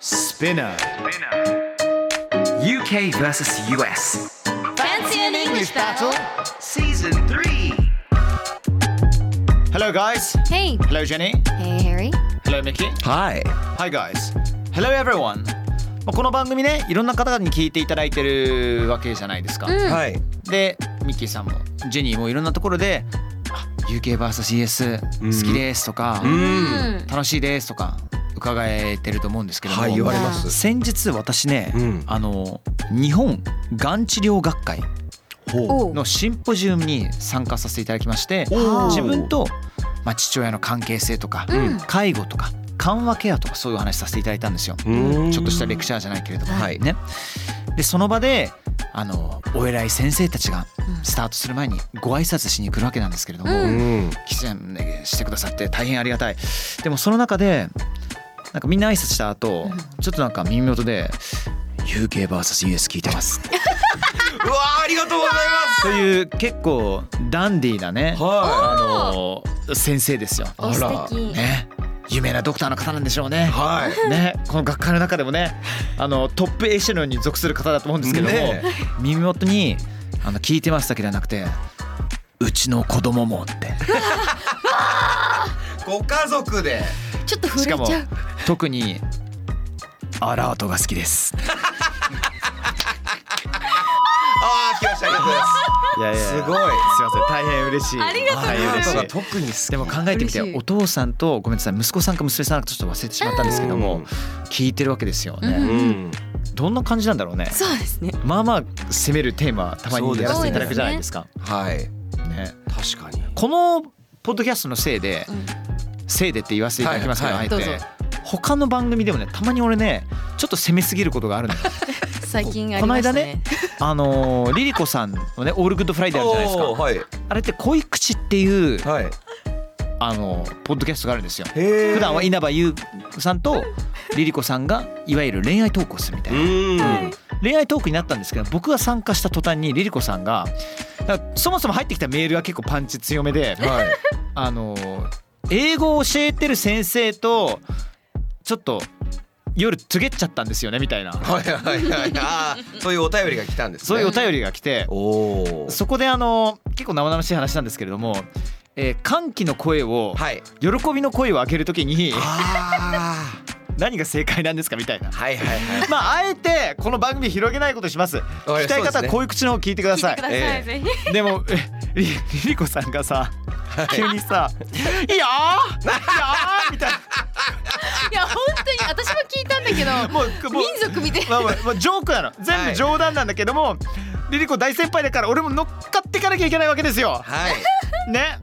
Spinner. UK versus US. Fancy an English battle Season 3. Hello, guys. Hey Hello, Jenny. Hey Harry Hello, Mickey. Hi. Hi, guys. Hello, everyone. まあこの番組ねいろんな方々に聞いていただいてるわけじゃないですか。 Hi. でミッキーさんもジェニーもいろんなところで「あ UKVSES 好きです」とか、楽しいです」とか伺えてると思うんですけども、はい言われます先日私ね、うんあの日本がん治療学会おのシンポジウムに参加させていただきましてー自分と、まあ、父親の関係性とか、うん介護とか緩和ケアとかそういうお話させていただいたんですよ。うんちょっとしたレクチャーじゃないけれども、はいね、でその場であのお偉い先生たちがうんスタートする前にご挨拶しに来るわけなんですけれども、ううん来てねしてくださって大変ありがたいでもその中でなんかみんな挨拶した後、うんちょっとなんか耳元で「UKVSUS 聞い てます」うわーありがとうございますという結構ダンディーなね、はあの先生ですよ。あら素敵ね有名なドクターの方なんでしょうねい。はいね、この学会の中でもねあのトップエシェロンに属する方だと思うんですけども、ね耳元にあの聞いてますだけではなくて「うちの子供も」ってご家族でちょっと震えしちかもゃう特に「アラートが好きですああ来ましたありがとうございま」いやいやすすごいすいません大変嬉しいありが とうございます大変嬉しすいが特に好きでも考えてみて嬉しいお父さんとごめんなさい息子さんか娘さんかちょっと忘れてしまったんですけどうもん聞いてるわけですよね、うんうんどんな感じなんだろうねそうですねまあまあ攻めるテーマたまにやらせていただくじゃないですかはいね確かにこのポッドキャストのせいで、せいでって言わせていただきますけど、はいあえどうてぞ他の番組でもねたまに俺ねちょっと攻めすぎることがあるのよ最近ありこのました間ねねあのーリリコさんのね「オールグッドフライデー」あるじゃないですおーかはいあれって「恋口」っていう、はいあのーポッドキャストがあるんですよへー普段は稲葉優さんとリリコさんがいわゆる恋愛トークをするみたいうな、ん恋愛トークになったんですけど僕が参加した途端にリリコさんがだからそもそも入ってきたメールが結構パンチ強めで、はい あの英語を教えてる先生とちょっと夜つげっちゃったんですよねみたいなはいはいはいあーそういうお便りが来たんですねそういうお便りが来ておおそこであの結構生々しい話なんですけれども、えー歓喜の声をはい喜びの声を上げるときにあ何が正解なんですかみたいなー。はいはいはいまああえてこの番組広げないことします。り聞きたいそうです方ねはこういう口の方聞いてください。さいええぜひでもえりりりこさんがさ急にさ「いいよーいいよー」みたいないや本当に私も聞いたんだけどもうもう民族みたいなまあまあまあジョークなの全は部い冗談なんだけども、リリコ大先輩だから俺も乗っかっていかなきゃいけないわけですよはいね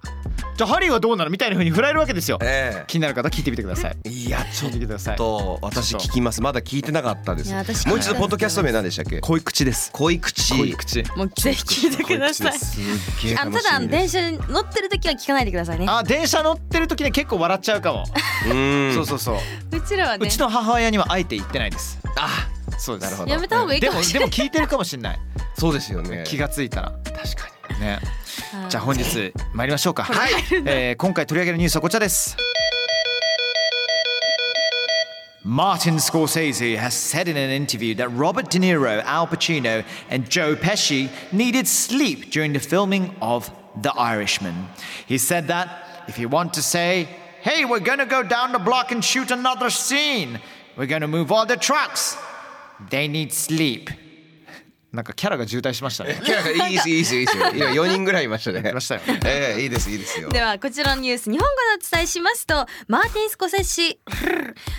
じゃあハリーはどうなのみたいな風に振られるわけですよえ気になる方聞いてみてくださいえいやち聞ょいってみてくださいと私聞きますまだ聞いてなかったですいや私もう一聞いたんです度よポッドキャスト名何でしたっけ恋口です恋口恋口もうぜひ聞いてくださいすっげえあた楽しだみで電す車に乗ってる時は聞かないでくださいねあ電車乗ってる時ね結構笑っちゃうかも、うんそうそうそう、うちらはうねちの母親にはあえて言ってないですあそうでなするほどやめた方がいいでかももしでれもない聞いてるかもしれない、そうですよね気がついたら確かにねはいじゃあ本日参りましょうか。はいえー今回取り上げるニュースはこちらです。Martin Scorsese has said in an interview that Robert De Niro, Al Pacino, and Joe Pesci needed sleep during the filming of The Irishman. He said that if you want to say, hey, we're gonna go down the block and shoot another scene, we're gonna move all the trucks, they need sleep. なんかキャラが渋滞しましたね。いやいいですいいですいいですよ今四人ぐらいいましたねいましたよねええいいですいいですよではこちらのニュース日本語でお伝えしますとマーティン・スコセッシ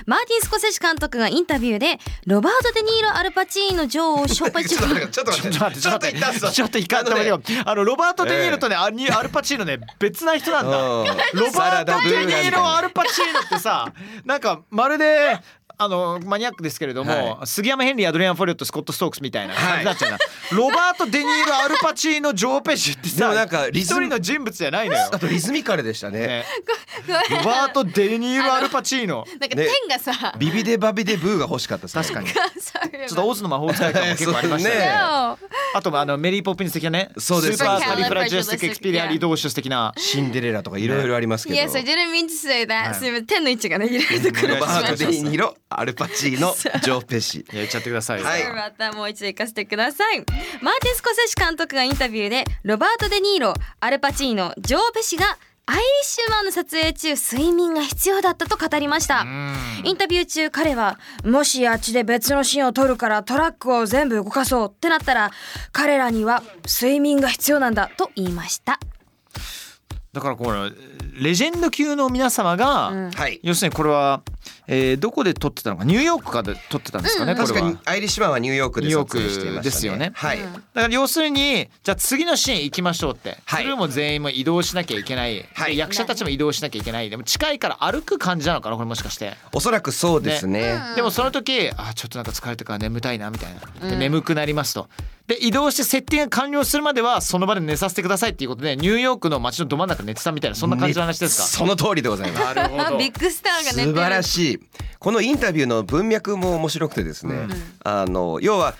マーティン・スコセッシ監督がインタビューでロバート・デ・ニーロ・アルパチーノ女王を紹介ち中ょっと待ってちょっと待ちょっっちてと待って、ちょっょっとと一旦ちょっと一回止めよう。あのロバート・デ・ニーロとね、アニアルパチーノね、別な人なんだ。うんロバート・デ・ニサラダブーガみたーいなロ、アルパチーノってさ、なんかまるであのマニアックですけれども、は杉山ヘンリーアドリアン・フォレットスコット・ストークスみたいな感じになっちゃうな、ロバート・デ・ニーロアルパチーノ・ジョー・ペシっでてさもなんかリ一ズム人の人物じゃないのよ。あとリズミカルでしたね。ねロバート・デ・ニーロアルパチーノなんかね天がさ、ビビデバビデブーが欲しかったです、ね。確かに。ちそういえばょっとオズの魔法使い感も結構ありましたよそうねね。 No あとあのメリー・ポピンズ的なね、そうですスーパースタリフラジェスティック・エクスペリア・リ Califragilistic ドーシュス的な。シンデレラとかいろいろありますけど。 Yes, I didn't mean to say は that、いすみません、天の位置がね、揺れるところロしまバしたート・デ・ニーロ、アルパチーノ、ジョー・ペシ。やっちゃってください。はいまたもう一度行かせてくださいマーティン・スコセッシ監督がインタビューでロバート・デ・ニーロアルパチーノジョー・ペシがアイリッシュマンの撮影中睡眠が必要だったと語りましたインタビュー中彼はもしあっちで別のシーンを撮るからトラックを全部動かそうってなったら彼らには睡眠が必要なんだと言いましただからこのレジェンド級の皆様が、はい。要するにこれは、えーどこで撮ってたのかニューヨークかで撮ってたんですかね、こ確れかはにアイリッシュマンはニューヨークでニューヨ撮ーク影していました、ね、ですよねはい、だから要するにじゃあ次のシーン行きましょうって、はいそれも全員も移動しなきゃいけない、はいで役者たちも移動しなきゃいけないでも近いから歩く感じなのかなこれもしかして。おそらくそうですねでもその時あちょっとなんか疲れたから眠たいなみたいなで眠くなりますとで移動してセッティングが完了するまではその場で寝させてくださいっていうことでニューヨークの街のど真ん中で寝てたみたいなそんな 感じの話ですかその通りでございますなるほビッグスターがね素晴らしいこのインタビューの文脈も面白くてですね、あの要は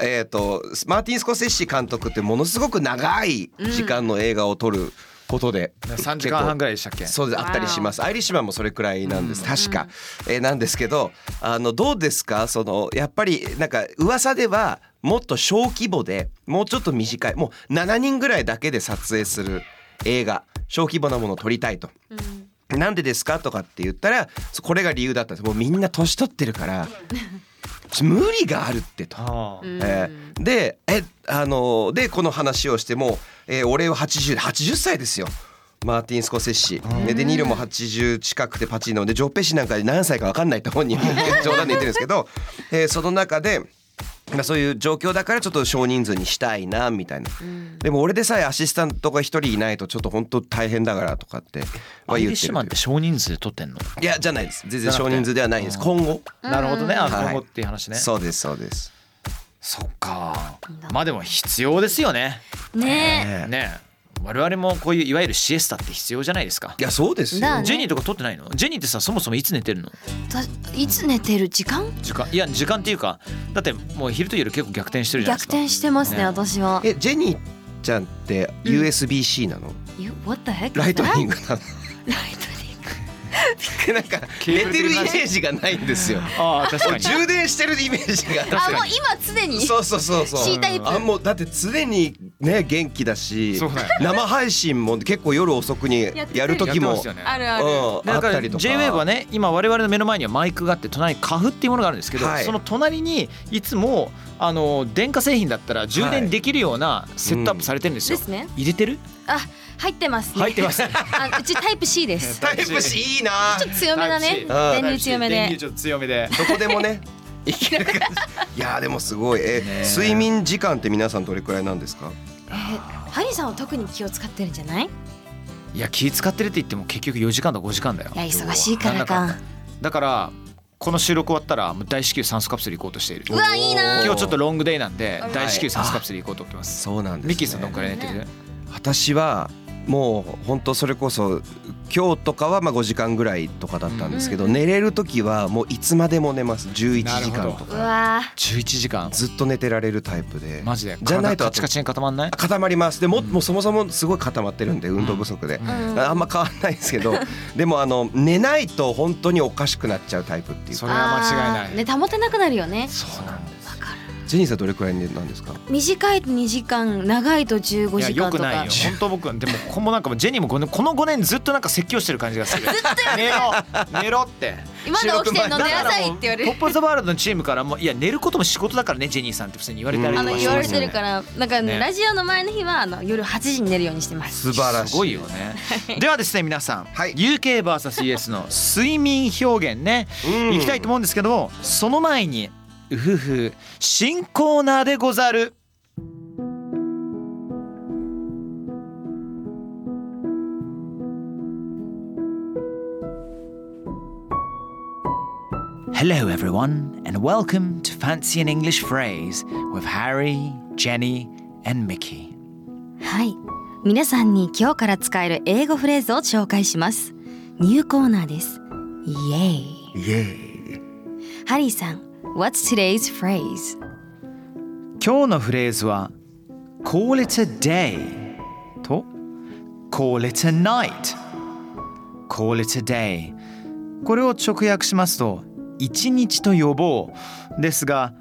えー、とマーティン・スコセッシ監督ってものすごく長い時間の映画を撮ることで、 3時間半ぐらいでしたっけそうであったりします。アイリッシュマンもそれくらいなんです。確か、えーなんですけど、あのどうですか？そのやっぱりなんか噂ではもっと小規模で、もうちょっと短い、もう7人ぐらいだけで撮影する映画、小規模なものを撮りたいと。なんでですかとかって言ったらそこれが理由だったんですもうみんな年取ってるから無理があるってとああえーでえあのーでこの話をしても、えー、お礼は80で80歳ですよマーティン・スコセッシででニールも80近くてパチーノでジョーペシなんかで何歳か分かんないって本人 冗談で言ってるんですけど、えーその中で。まあそういう状況だからちょっと少人数にしたいなみたいな、でも俺でさえアシスタントが一人いないとちょっと本当大変だからとかってはアイ言っリッてシるュマンって少人数で撮ってんのいやじゃないです全然少人数ではないです今後なるほどね、あはい今後っていう話ね。そうですそうですそっか。まあでも必要ですよね。ねねえ、我々もこういういわゆるシエスタって必要じゃないですかい。やそうですよだねジェニーとか撮ってないの？ジェニーってさそもそもいつ寝てるの？いつ寝てる時間時間いや時間っていうかだってもう昼と夜結構逆転してるじゃないで逆すか。転してますねね私はえジェニーちゃんって USB-C なの、 You- What the heck ライトニンググなのライトニン グなんか寝てるイメージがないんですよああ確かに。充電してるイメージがあもう今常にそうそうそうそう C タイプあもうだって常にね元気だしそうだよ生配信も結構夜遅くにってるやる時もねあるうある、んあだっかたらりとか J-WAVE はね今我々の目の前にはマイクがあって隣にカフっていうものがあるんですけど、はいその隣にいつもあの電化製品だったら充電できるようなセットアップされてるんですよ。ですね入れてる？あ入ってますね入ってますあうちタイプ C ですタイプ C いいなちょっと強めだねタイプ C 電流強め電で流ちょっと強めで。どこでもね いける感じいやーでもすごいえ、睡眠時間って皆さんどれくらいなんですかえハリーさんは特に気を使ってるんじゃないいや気使ってるって言っても結局4時間だ5時間だよいや忙しいからかなんだんだだからこの収録終わったらもう大至急酸素カプセル行こうとしているうわいいな今日ちょっとロングデイなんではい大至急酸素カプセル行こうと思ってます、そうなんです、ね、ミッキーさんどんくらい寝てる、私はもう本当それこそ今日とかはまあ5時間ぐらいとかだったんですけど、寝れる時はもういつまでも寝ます11時なる間とほうかわ11時間ずっと寝てられるタイプでマジでじゃないと体カチカチに固まんないあ固まりますでも,、もうそもそもすごい固まってるんで運動不足で、んあんま変わんないですけ どでもあの寝ないと本当におかしくなっちゃうタイプっていうそーれは間あ違ーいないね保てなくなるよねそうなんですジェニーさんどれくらい寝なんですか短いと2時間長いと15いや時よ間とくないかよ本当僕はでもここもなんかもうジェニーもこのこの5年ずっとなんか説教してる感じがす る寝ろ寝ろって今の起きてんの寝なさいって言われトるップ・オブ・ザ・ワールドのチームからもいや寝ることも仕事だからねジェニーさんって普通に言われたりあとかのして言わまれすてよるねからなんかねねラジオの前の日はあの夜8時に寝るようにしてま素す晴らしいすごいよね。ではですね皆さん、はい UKVSUS の睡眠表現ね、うんいきたいと思うんですけどもその前にうふふ新コーナーでござる。 Hello, everyone, and welcome to Fancy an English Phrase with Harry, Jenny, and Mickey. はい皆さんに今日から使える英語フレーズを紹介しますニューコーナーですイエーイハリーさん What's today's phrase? 今日のフレーズは Call it a day と Call it a night Call it a day これを直訳しますと一日と呼ぼうですが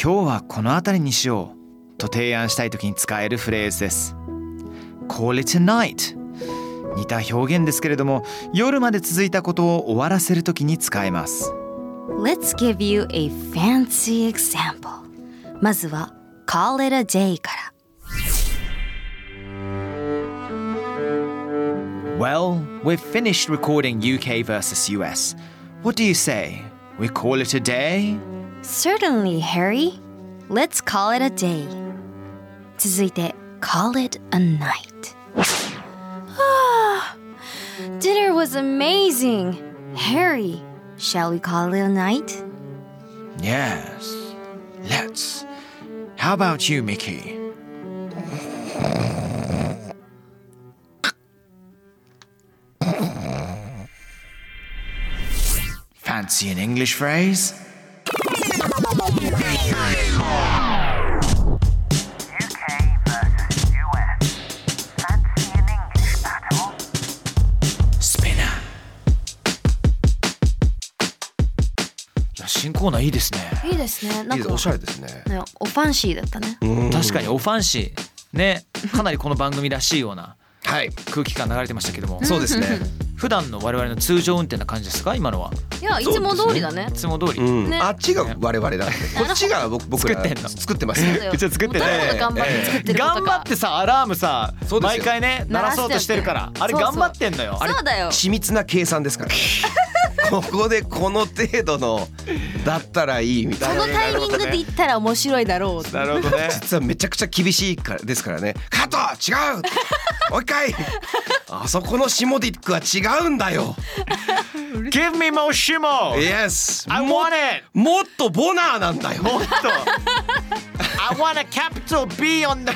今日はこの辺りにしようと提案したい時に使えるフレーズです Call it a night 似た表現ですけれども夜まで続いたことを終わらせる時に使えます Let's give you a fancy example まずは Call it a day から Well, we've finished recording UK versus US. What do you say? We call it a day? Certainly, Harry. Let's call it a day. 続いて、call it a night. Ah, Dinner was amazing. Harry, shall we call it a night? Yes. Let's. How about you, Mickey? Fancy an English phrase? UK versus US. Fancy an English battle? Spinner. いや新コーナーいいですね。いいですね。ないいでんか、すおしゃれですね。ねおファンシーだったね。確かにおファンシーねかなりこの番組らしいようなはい。空気感流れてましたけどもそうですね。普段の我々の通常運転な感じですか今のはいや、いつも通りだねい。つも通り、うんねあっちが我々なんで、 こっちが僕僕ら作ってんの作ってます。そうだようちは作ってないもう誰もが頑張って作ってることか。頑張ってさアラームさそうです毎よ回ね鳴らそうとしてるからあれそうそ頑う張ってんのよあれそうだよ。緻密な計算 ですから。ここでこの程度のだったらいいみたこいな。のタイミングで言ったら面白いだろうって。なるほどね実はめちゃくちゃ厳しいからですからね。カット違う。もう一 回。あそこのシモディックは違うんだよ。 Give me more shimo Yes。 I も want it もっとボナーなんだよ。もっと I want a capital B on the boner みたいな、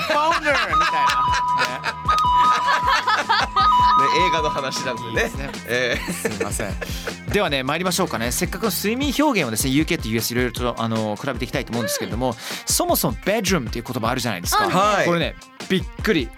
ね、映画の話なんでね。すねえすみませんではね参りましょうかねせっかくの睡眠表現をですね UK と US いろいろとあの比べていきたいと思うんですけれども、そもそも bedroom っていう言葉あるじゃないですか、うんはいこれねびっくり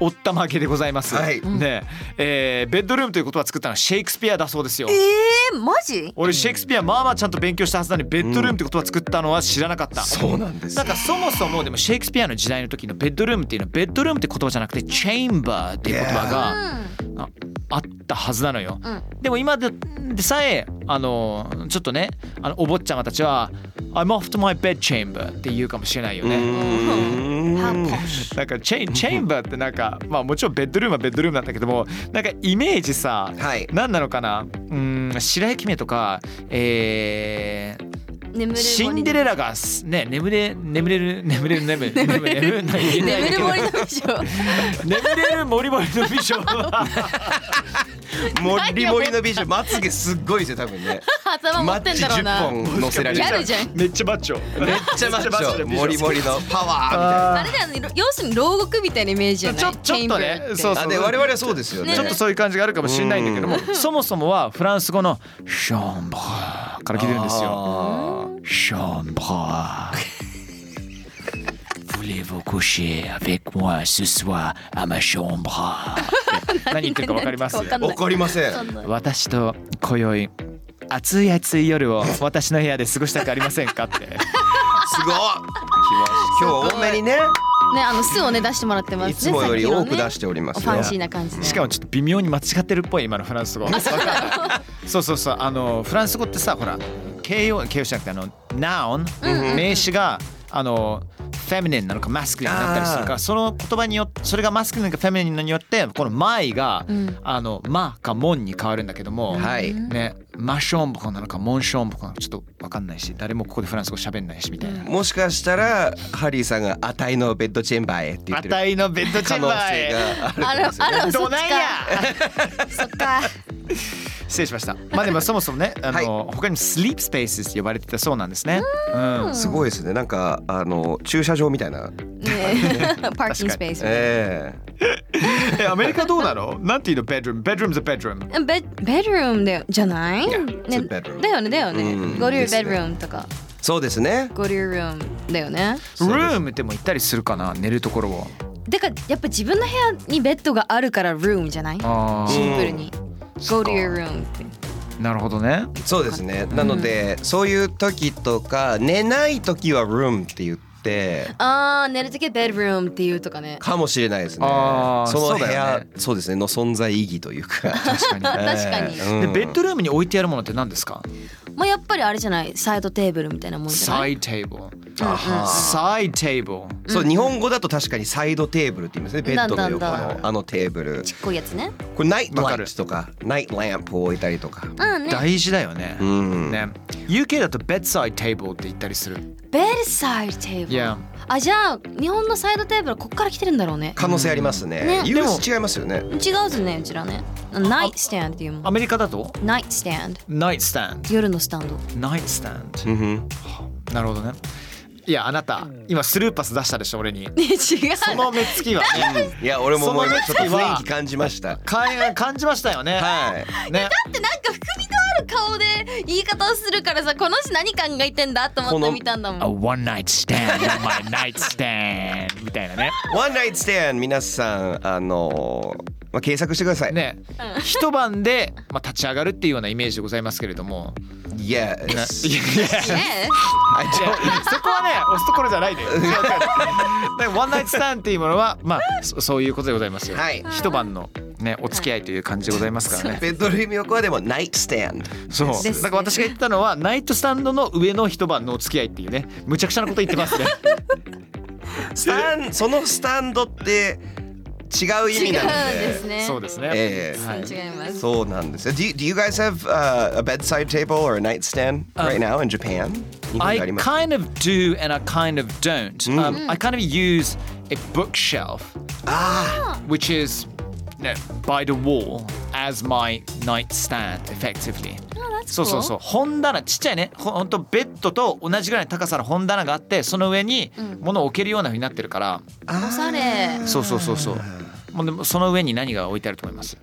おったまげでございます、はいねえーベッドルームという言葉を作ったのはシェイクスピアだそうですよえー、マジ？俺シェイクスピアまあまあちゃんと勉強したはずなのにベッドルームって言葉を作ったのは知らなかった、ーそうなんですなん。かそもそもでもシェイクスピアの時代の時のベッドルームっていうのはベッドルームって言葉じゃなくてチェインバーっていう言葉が、ああったはずなのよ、でも今ででさえあのちょっとねあのお坊ちゃまたちは「I'm off to my bed chamber」って言うかもしれないよねうん。ハーポッシュなんかチェインチェインバーってなんかまあもちろんベッドルームはベッドルームなんだけどもなんかイメージさ、はい何なのかなうーん白雪姫とかえー眠れる森の中シンデレラがすね眠れ眠れる眠れる眠れ る眠れる眠れる眠る森の美女。眠れる森森の美女はもりもりの美女、まつげすっごいですよ、多分ね。頭持マってッんチだろう10な。本乗せられギる。ャルじゃん。めっちゃマッチョめっちゃマめっちゃマッッチチョョ、もりもりのパワーあれだよね、要するに牢獄みたいなイメージじゃないちょちょっとねチェンバーってそうみたいな。あ、で、我々はそうですよね。ちょっとそういう感じがあるかもしれないんだけども、そもそもはフランス語のシャンバーから来てるんですよ。あシャンバー。Voulez vous coucher avec moi ce soir à ma chambre 何言ってるかわかりますわかんー。わかりません。私と今宵暑い暑い夜を私の部屋で過ごしたくありませんかって。すごい。今日多めにね、ね、あの酢をね出してもらってますね。いつもより多く出しておおりますファンシーな感じで。しかもちょっと微妙に間違ってるっぽい今のフランス 語。そうそうそうあのフランス語ってさほら形容形容詞じゃなくてあの noun 名詞があのフェミニンなのかマスクリンになったりするかあーらその言葉によってそれがマスクリンかフェミニンによってこのマイが、あのマかモンに変わるんだけども、はいねマションボコなのかモンションボコなのかちょっとわかんないし誰もここでフランス語喋んないしみたいな。もしかしたらハリーさんがあたいのベッドチェンバーへって言っ あてるたいのベッドチェ可ン能バー性へがある。あら、あら、そっどちないか。やそっか。失礼しました。まあでもそもそもね、あの、他にもスリープスペースって呼ばれてたそうなんですね。うん。すごいですね。なんかあの駐車場みたいな。 ねパーキングスペース。えええ、アメリカどうなの？なんていうの？bedroom。bedroom's a bedroom。ベベルームだよじゃない、ね、 it's a bedroom だよねだよね、うん Go to your ですね bedroom とかそうですね。 Go to your room だよね room でも行ったりするかな？寝るところを。だからやっぱ自分の部屋にベッドがあるから room じゃないあシンプルに Go to your room ってあ、なるほどね。そうですね。なので、そういう時とか寝ない時は room って言って。あー寝るときは bedroom っていうとかねかもしれないですね。あーその部そうだよ屋ねそう,、ですねの存在意義というか。確かに。確かに、ええ で、ベッドルームに置いてあるものって何ですか？まあやっぱりあれじゃないサイドテーブルみたいなもんじゃなサいイテーブル。サイテーブル。そう日本語だと確かにサイドテーブルって言いますね。ベッドの横なんだなんのあのテーブル。ちっこいやつねこれナイトわラかンるチとかナイトランプを置いたりとか。うんね大事だよね。んね。UK だとベッドサイテーブルって言ったりする。ベルサイドテーブル、 Yeah あじゃあ日本のサイドテーブルはこっから来てるんだろうね可能性ありますね。ねユース違いますよね。違うぜねうちらねナイトスタンドっていうもんアメリカだとナイトスタンドナイトスタンド。夜のスタンドナイトスタンうん うんド。なるほどね。いやあなた今スルーパス出したでしょ俺に。違うその目つきはね。いや俺も思いますそのちょ時っはと雰囲気感じました。感感じましたよね。 はい。い。ね。ってなんか含みのある顔で言い方をするからさこの人何考えてんだと思って見たんだもん one night stand, my night stand みたいなね。ワンナイトステン皆さんあのーまあ検索してください。ね、一晩でまあ立ち上がるっていうようなイメージでございますけれども。い Yes. やいや。ねあ違うそこはね押すところじゃないで。違う違うだからワンナイトスタンっていうものはまあそそういうことでございますよ。はい一晩のねお付き合いという感じでございますからね。ベッドルーム横はでもナイトステン。そう。だですねから私が言ったのはナイトスタンドの上の一晩のお付き合いっていうねむちゃくちゃなこと言ってますね。スタンそのスタンドって違う意違うん味なんで。です ねそうですね。ええはい違いますそうなんです。Do you, do you guys have、uh, a bedside table or a nightstand right now in Japan? 日本であ Uh, I ります kind of do and I kind of don't. Um, I kind of use a bookshelf, Ah, which is you know, by the wall as my nightstand, effectively. that's そうそうそう本棚ちっちゃいねほほんとベッドと同じぐらいの高さの本棚があってその上に物を置けるような風になってるから、おしゃれそうそうそうそうもうでもその上に何が置いてあると思います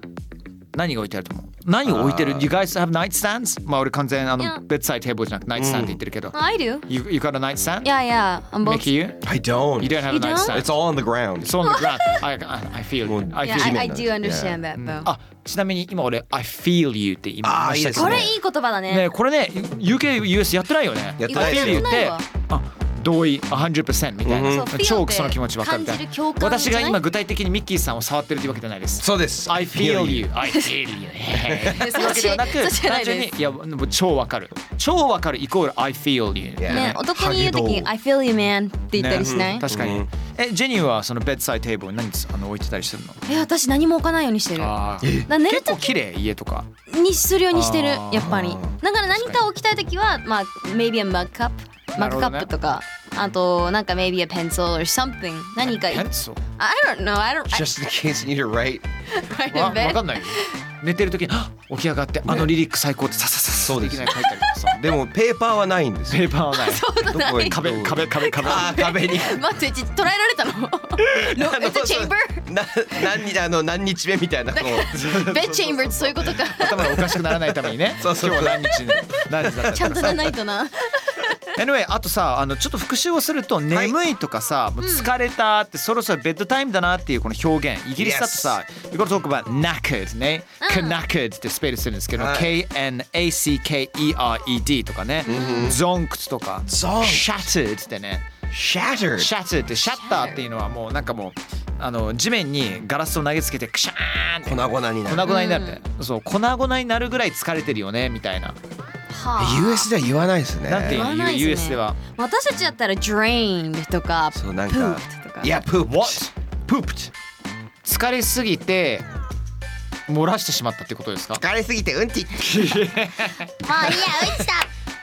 何が置いてあると思う何を置いてる ?You guys have nightstands? まあ俺完全にあいのやベッドサイテーブルじゃなくてナイトスタンドって言ってるけど、 I do You, you got a nightstand? yeah yeah I'm both Mickey, you? I don't. You don't have You a nightstand. It's all on the ground. It's on the ground. I, I, I feel you. I yeah feel you. I, I do understand that though あ、ちなみに今俺、I feel you って今言いましたけどあこーれいい言葉だねね、これね、UK、US やってないよね。やってない I feel です you よって、あ、同意100%みたいな。そう feel って超その気持ちわかるみたいな感じる共感私じゃがない今具体的にミッキーさんを触ってるってわけじゃないです。そうです。 I feel you. I feel you. ってわけではなくそっちそっちじゃな単いです純にいやもう超わかる超わかるイコール I feel you ね男に言うとき I feel you man って言ったりしない、ね確かに、えジェニーはそのベッドサイドテーブルに何つあの置いてたりしてるのえ私何も置かないようにしてるだあから寝る結と構き綺麗家とかにするようにしてるあーやっぱりだから何かを置きたい時はまあ maybe a mug cup マなるグほカどねップとか、あとなんか maybe a pencil or something 何かいペンソ I don't know I don't I Just in case you need to write. write わわ in か bed んないよ寝てる時にあ起き上がってあのリリック最高ってささささそうでできすない書いたりとかさでもペーパーはないんです よ。ペーパーは ないどこへ壁壁壁壁あー壁に。待ってち捉えられたの No あ it's の a chamber な何日あの何日目みたいなこう bed chamber ってそうい うことか 頭がおかしくならないためにね そうそう今日は何日に何時だったちゃんとじゃないとな Anyway あとさあのちょっと復習をすると眠いとかさ、もう疲れたってそろそろベッドタイムだなっていうこの表現イギリスだとさ、You gotta talk about knackered ね、knackered ってスペルするんですけど、はい KNACKERED とかね、zonked とか Zonked shattered ってね shattered。 shattered ってシャッターっていうのはもうなんかもうあの地面にガラスを投げつけてクシャーンって粉々にな粉る。々になるね、そう粉々になるぐらい疲れてるよねみたいな、は US では言わないですね。なんて言言わうないで US すねではあ私たちだったら drained とかそうなんか pooped とか。いや pooped。 What? Pooped 疲れすぎて漏らしてしまったってことですか疲れすぎてうんち。もういいやうんちだ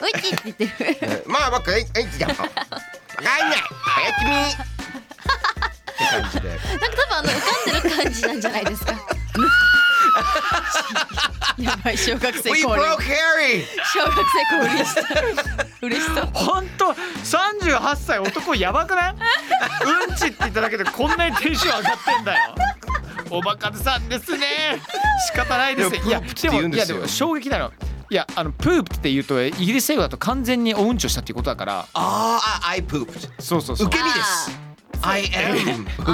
うんちって言って るまあ僕うんちだもん。わかんない。早くみ。って感じで。 なんか多分あの浮かんでる感じなんじゃないですか。やばい。はい、小学生 We 降臨 broke Harry! 小学生降臨した嬉しそう本当三十八歳男やばく ない？うんちって言っただけでこんなにテンション上がってんだよ。おバカさんですね。仕方ないですね。いやプープって言うんいでやすでよも衝撃なの。いやあのプープって言うとイギリス英語だと完全におうんちをしたっていうことだから。ああ、I pooped。そうそうそう受。け身です。I am。受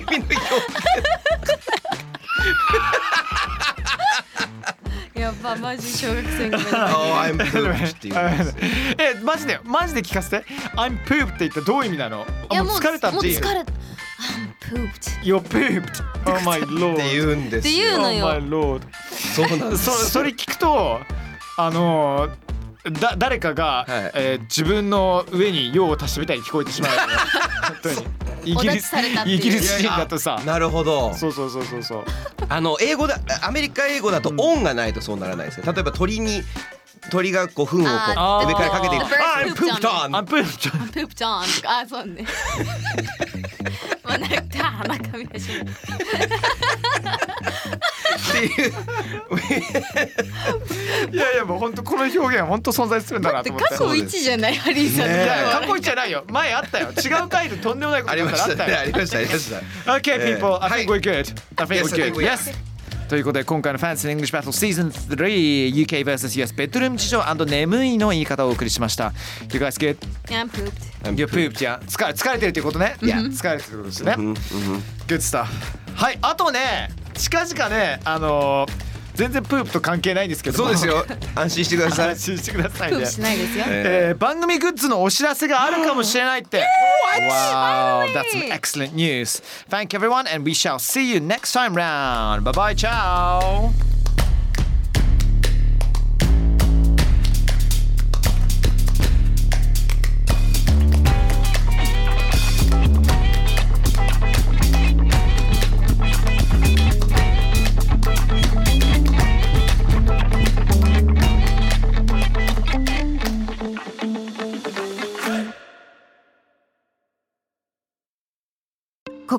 け 身のよやっぱマジ小学生ごめんなう。さい Oh, I'm pooped っていう。えマジでマジで聞かせて。I'm poop って言ったらどういう意味なの？いあもう疲れたってもういう疲。れた I'm pooped You're pooped. Oh my っ lord. て言うんですって言うよ。のよ Oh my lord. そうなんですそそれ聞くとあのーだ誰かが、はいえー自分の上に用を足したみたいに聞こえてしまうよね本当にイギおリ立ちスされたっていうイギリス人だとさなるほど。そうそうそうそうそうあの英語だアメリカ英語だと「音がないとそうならないですね例えば鳥に鳥がこう糞をこうあー上からかけていくあーあー I'm pooped ア on ンプーちゃんプープちゃんとかあそうねまあなんか鼻かみ出しもっていういやいやもう本当この表現本当存在するんだなと思って過去一じゃないハリーさんのい場合やいやは過去一じゃないよ前あったよ違う回でとんでもないこ あとりだっまたらあしったたねよありましたありました Okay, people, I えー think we're good. Yes, I I think we're think good. we are. Yes. ということで今回の Fancy English Battle Season 3 UK vs US ベッドルーム事情眠いの言い方をお送りしました。You guys good? I'm pooped You're pooped, yeah. 疲れ疲れてるってことね。いや、疲れてるってことですね。Good stuff. はい、あとね、近々ね、あのー、全然プープと関係ないんですけどもそうです。よ安心してください 安心してくださいプーねプ。しないですよえー、番組グッズのお知らせがあるかもしれないって。Wow, that's some excellent news. Thank you everyone, and we shall see you next time round. Bye bye, ciao. こ